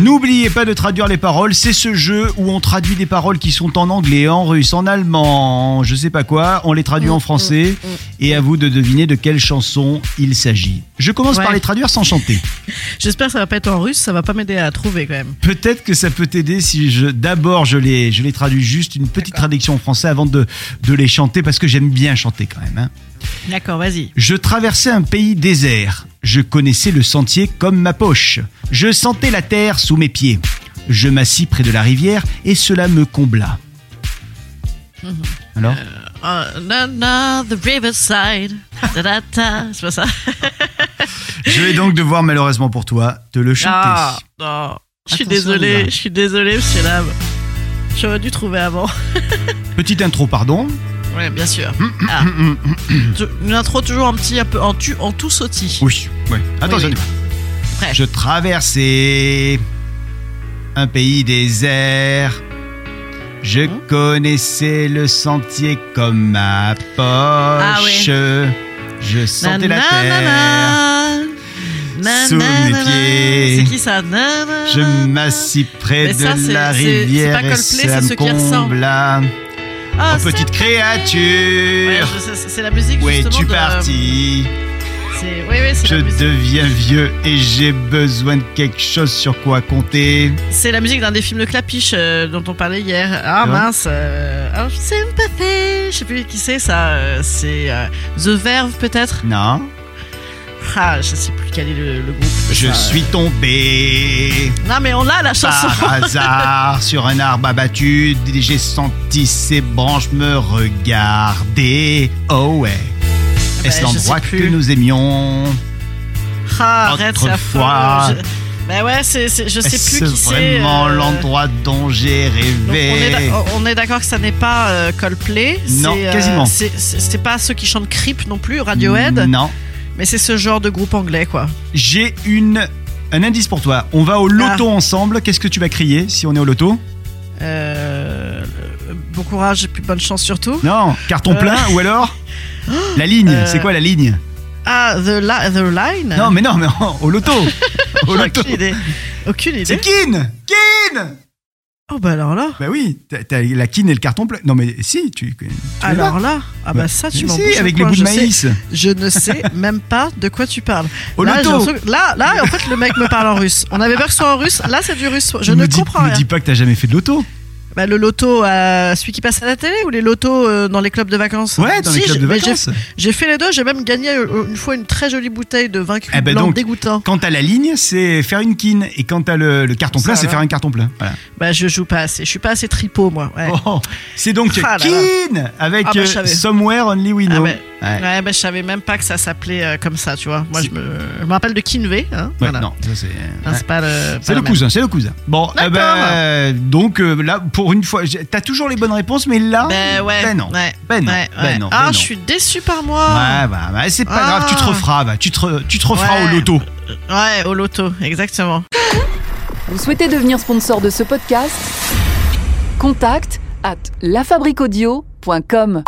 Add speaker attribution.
Speaker 1: N'oubliez pas de traduire les paroles, c'est ce jeu où on traduit des paroles qui sont en anglais, en russe, en allemand, en je sais pas quoi, on les traduit en français et à vous de deviner de quelle chanson il s'agit. Je commence
Speaker 2: Ouais.
Speaker 1: par les traduire sans chanter.
Speaker 2: J'espère que ça va pas être en russe, ça va pas m'aider à trouver quand même.
Speaker 1: Peut-être que ça peut t'aider si je d'abord je les je les traduis juste une petite traduction en français avant de de les chanter parce que j'aime bien chanter quand même. hein.
Speaker 2: D'accord, vas-y.
Speaker 1: Je traversais un pays désert. Je connaissais le sentier comme ma poche. Je sentais la terre sous mes pieds. Je m'assis près de la rivière et cela me combla. Alors
Speaker 2: Oh, na, na, the riverside. Da, da, da. C'est pas ça
Speaker 1: Je vais donc devoir malheureusement pour toi te le chanter.
Speaker 2: Ah, non. Je suis
Speaker 1: Attention, les
Speaker 2: désolée,
Speaker 1: gars.
Speaker 2: je suis désolée, monsieur Lab. J'aurais dû trouver avant.
Speaker 1: Petite intro, pardon.
Speaker 2: Ouais, bien sûr.
Speaker 1: Hmm.
Speaker 2: Ah. Tu- Une intro toujours un petit un peu en, tu, en tout sautis.
Speaker 1: Oui, ouais. Attention,
Speaker 2: Oui, oui.
Speaker 1: on y va.
Speaker 2: Prêt.
Speaker 1: Je traversais un pays désert. Je
Speaker 2: Hum.
Speaker 1: connaissais le sentier comme ma poche.
Speaker 2: Ah
Speaker 1: Je sentais la terre. sous mes pieds.
Speaker 2: C'est qui ça Na, na,
Speaker 1: Je
Speaker 2: na, na.
Speaker 1: m'assis près
Speaker 2: Mais
Speaker 1: de
Speaker 2: ça, c'est-
Speaker 1: la
Speaker 2: c'est- c'est
Speaker 1: rivière
Speaker 2: pas
Speaker 1: et
Speaker 2: Coldplay,
Speaker 1: ça
Speaker 2: c'est
Speaker 1: me
Speaker 2: ceux qui ressemblent.
Speaker 1: combla.
Speaker 2: Ah,
Speaker 1: oh, petite
Speaker 2: c'est- Ouais,
Speaker 1: créature,
Speaker 2: je sais, c'est c'est la musique
Speaker 1: où
Speaker 2: justement
Speaker 1: es-tu
Speaker 2: de-
Speaker 1: parti
Speaker 2: c'est- Oui, oui, c'est
Speaker 1: Je
Speaker 2: la musique.
Speaker 1: deviens vieux et j'ai besoin de quelque chose sur quoi compter.
Speaker 2: C'est la musique d'un des films de Clapiche euh, dont on parlait hier. Ah
Speaker 1: Ouais.
Speaker 2: mince, euh, oh, c'est une papée. Je sais plus qui c'est ça. euh, c'est euh, The Verve peut-être.
Speaker 1: Non,
Speaker 2: Ah, je sais plus quel est le, le groupe.
Speaker 1: je
Speaker 2: Ça,
Speaker 1: suis tombé
Speaker 2: euh, Non mais on l'a la chanson.
Speaker 1: par hasard sur un arbre abattu. J'ai senti ses branches me regarder. Oh ouais. Est-ce
Speaker 2: Ben, je sais
Speaker 1: l'endroit que
Speaker 2: plus.
Speaker 1: nous aimions
Speaker 2: Ah, arrête, c'est
Speaker 1: Autrefois.
Speaker 2: affreux. Je- Bah ouais, c'est, c'est- je sais
Speaker 1: Est-ce
Speaker 2: plus qui c'est.
Speaker 1: vraiment
Speaker 2: euh,
Speaker 1: l'endroit dont j'ai
Speaker 2: donc on est
Speaker 1: rêvé
Speaker 2: d'a- on est d'accord que ça n'est pas euh, Coldplay.
Speaker 1: Non,
Speaker 2: c'est, euh,
Speaker 1: quasiment.
Speaker 2: c'est, c'est- c'est pas ceux qui chantent Creep non plus, Radiohead.
Speaker 1: Non.
Speaker 2: Mais c'est ce genre de groupe anglais quoi.
Speaker 1: J'ai une un indice pour toi. On va au
Speaker 2: Ah.
Speaker 1: loto ensemble. Qu'est-ce que tu vas crier si on est au loto
Speaker 2: Euh, bon courage et puis bonne chance surtout.
Speaker 1: Non, carton
Speaker 2: Euh.
Speaker 1: plein ou alors la ligne.
Speaker 2: Euh.
Speaker 1: C'est quoi la ligne
Speaker 2: Ah, The, li- the Line
Speaker 1: Non, mais non, mais au loto. au
Speaker 2: J'ai
Speaker 1: loto.
Speaker 2: aucune idée. Aucune
Speaker 1: C'est
Speaker 2: idée.
Speaker 1: Kin Kin
Speaker 2: Oh bah alors là,
Speaker 1: Bah oui, t'as- t'as la kin et le carton plein. Non mais si, tu, tu l'as.
Speaker 2: alors là, ah bah ça tu
Speaker 1: Mais
Speaker 2: m'en
Speaker 1: si,
Speaker 2: bouches au
Speaker 1: avec les
Speaker 2: coin,
Speaker 1: bouts de
Speaker 2: je sais-
Speaker 1: maïs.
Speaker 2: je ne sais même pas de quoi tu parles.
Speaker 1: Au
Speaker 2: là, j'ai
Speaker 1: loto.
Speaker 2: l'impression que- là, là, en fait, le mec me parle en russe. On avait peur que ce soit en russe. Là, c'est du russe. Je
Speaker 1: Me
Speaker 2: ne
Speaker 1: dis-
Speaker 2: comprends
Speaker 1: Me
Speaker 2: rien.
Speaker 1: dis pas que t'as jamais fait de loto.
Speaker 2: Bah, le loto, euh, celui qui passe à la télé ou les lotos euh, dans les clubs de vacances
Speaker 1: Ouais, dans
Speaker 2: Si,
Speaker 1: les clubs
Speaker 2: j'ai-
Speaker 1: de
Speaker 2: mais j'ai-
Speaker 1: vacances.
Speaker 2: J'ai fait les deux. J'ai même gagné euh, une fois une très jolie bouteille de vin cuit
Speaker 1: Eh ben
Speaker 2: blanc
Speaker 1: donc.
Speaker 2: dégoûtant.
Speaker 1: Quand t'as la ligne, c'est faire une kin. Et quand t'as le, le carton
Speaker 2: Ça
Speaker 1: plein, c'est
Speaker 2: va.
Speaker 1: faire un carton plein. Voilà.
Speaker 2: Bah, je joue pas assez. Je suis pas assez tripot, moi. Ouais.
Speaker 1: Oh, c'est donc
Speaker 2: Ah là là.
Speaker 1: kin avec
Speaker 2: Ah bah, je
Speaker 1: euh,
Speaker 2: savais.
Speaker 1: Somewhere Only We
Speaker 2: Ah
Speaker 1: Know.
Speaker 2: ouais.
Speaker 1: Ouais.
Speaker 2: Ouais, bah, je savais même pas que ça s'appelait euh, comme ça, tu vois. Moi,
Speaker 1: C'est-
Speaker 2: je me, je me rappelle de Kinvey. Hein,
Speaker 1: Ouais,
Speaker 2: voilà.
Speaker 1: non, ça, c'est.
Speaker 2: Hein,
Speaker 1: ouais.
Speaker 2: C'est pas le.
Speaker 1: C'est
Speaker 2: pas
Speaker 1: le
Speaker 2: même.
Speaker 1: cousin, c'est le cousin. Bon, eh ben,
Speaker 2: D'accord.
Speaker 1: euh, donc euh, là, pour une fois, j'ai- t'as toujours les bonnes réponses, mais là,
Speaker 2: Ben ouais.
Speaker 1: ben non,
Speaker 2: ouais,
Speaker 1: ben non,
Speaker 2: ouais,
Speaker 1: ben
Speaker 2: ouais.
Speaker 1: non, ben
Speaker 2: Ah,
Speaker 1: non.
Speaker 2: je suis déçu par moi.
Speaker 1: Ouais, bah, bah, c'est pas
Speaker 2: Ah.
Speaker 1: grave, tu te referas, bah, tu te, re- tu te referas
Speaker 2: Ouais.
Speaker 1: au loto.
Speaker 2: Ouais. au loto, exactement.
Speaker 3: Vous souhaitez devenir sponsor de ce podcast Contact à lafabriquaudio.com.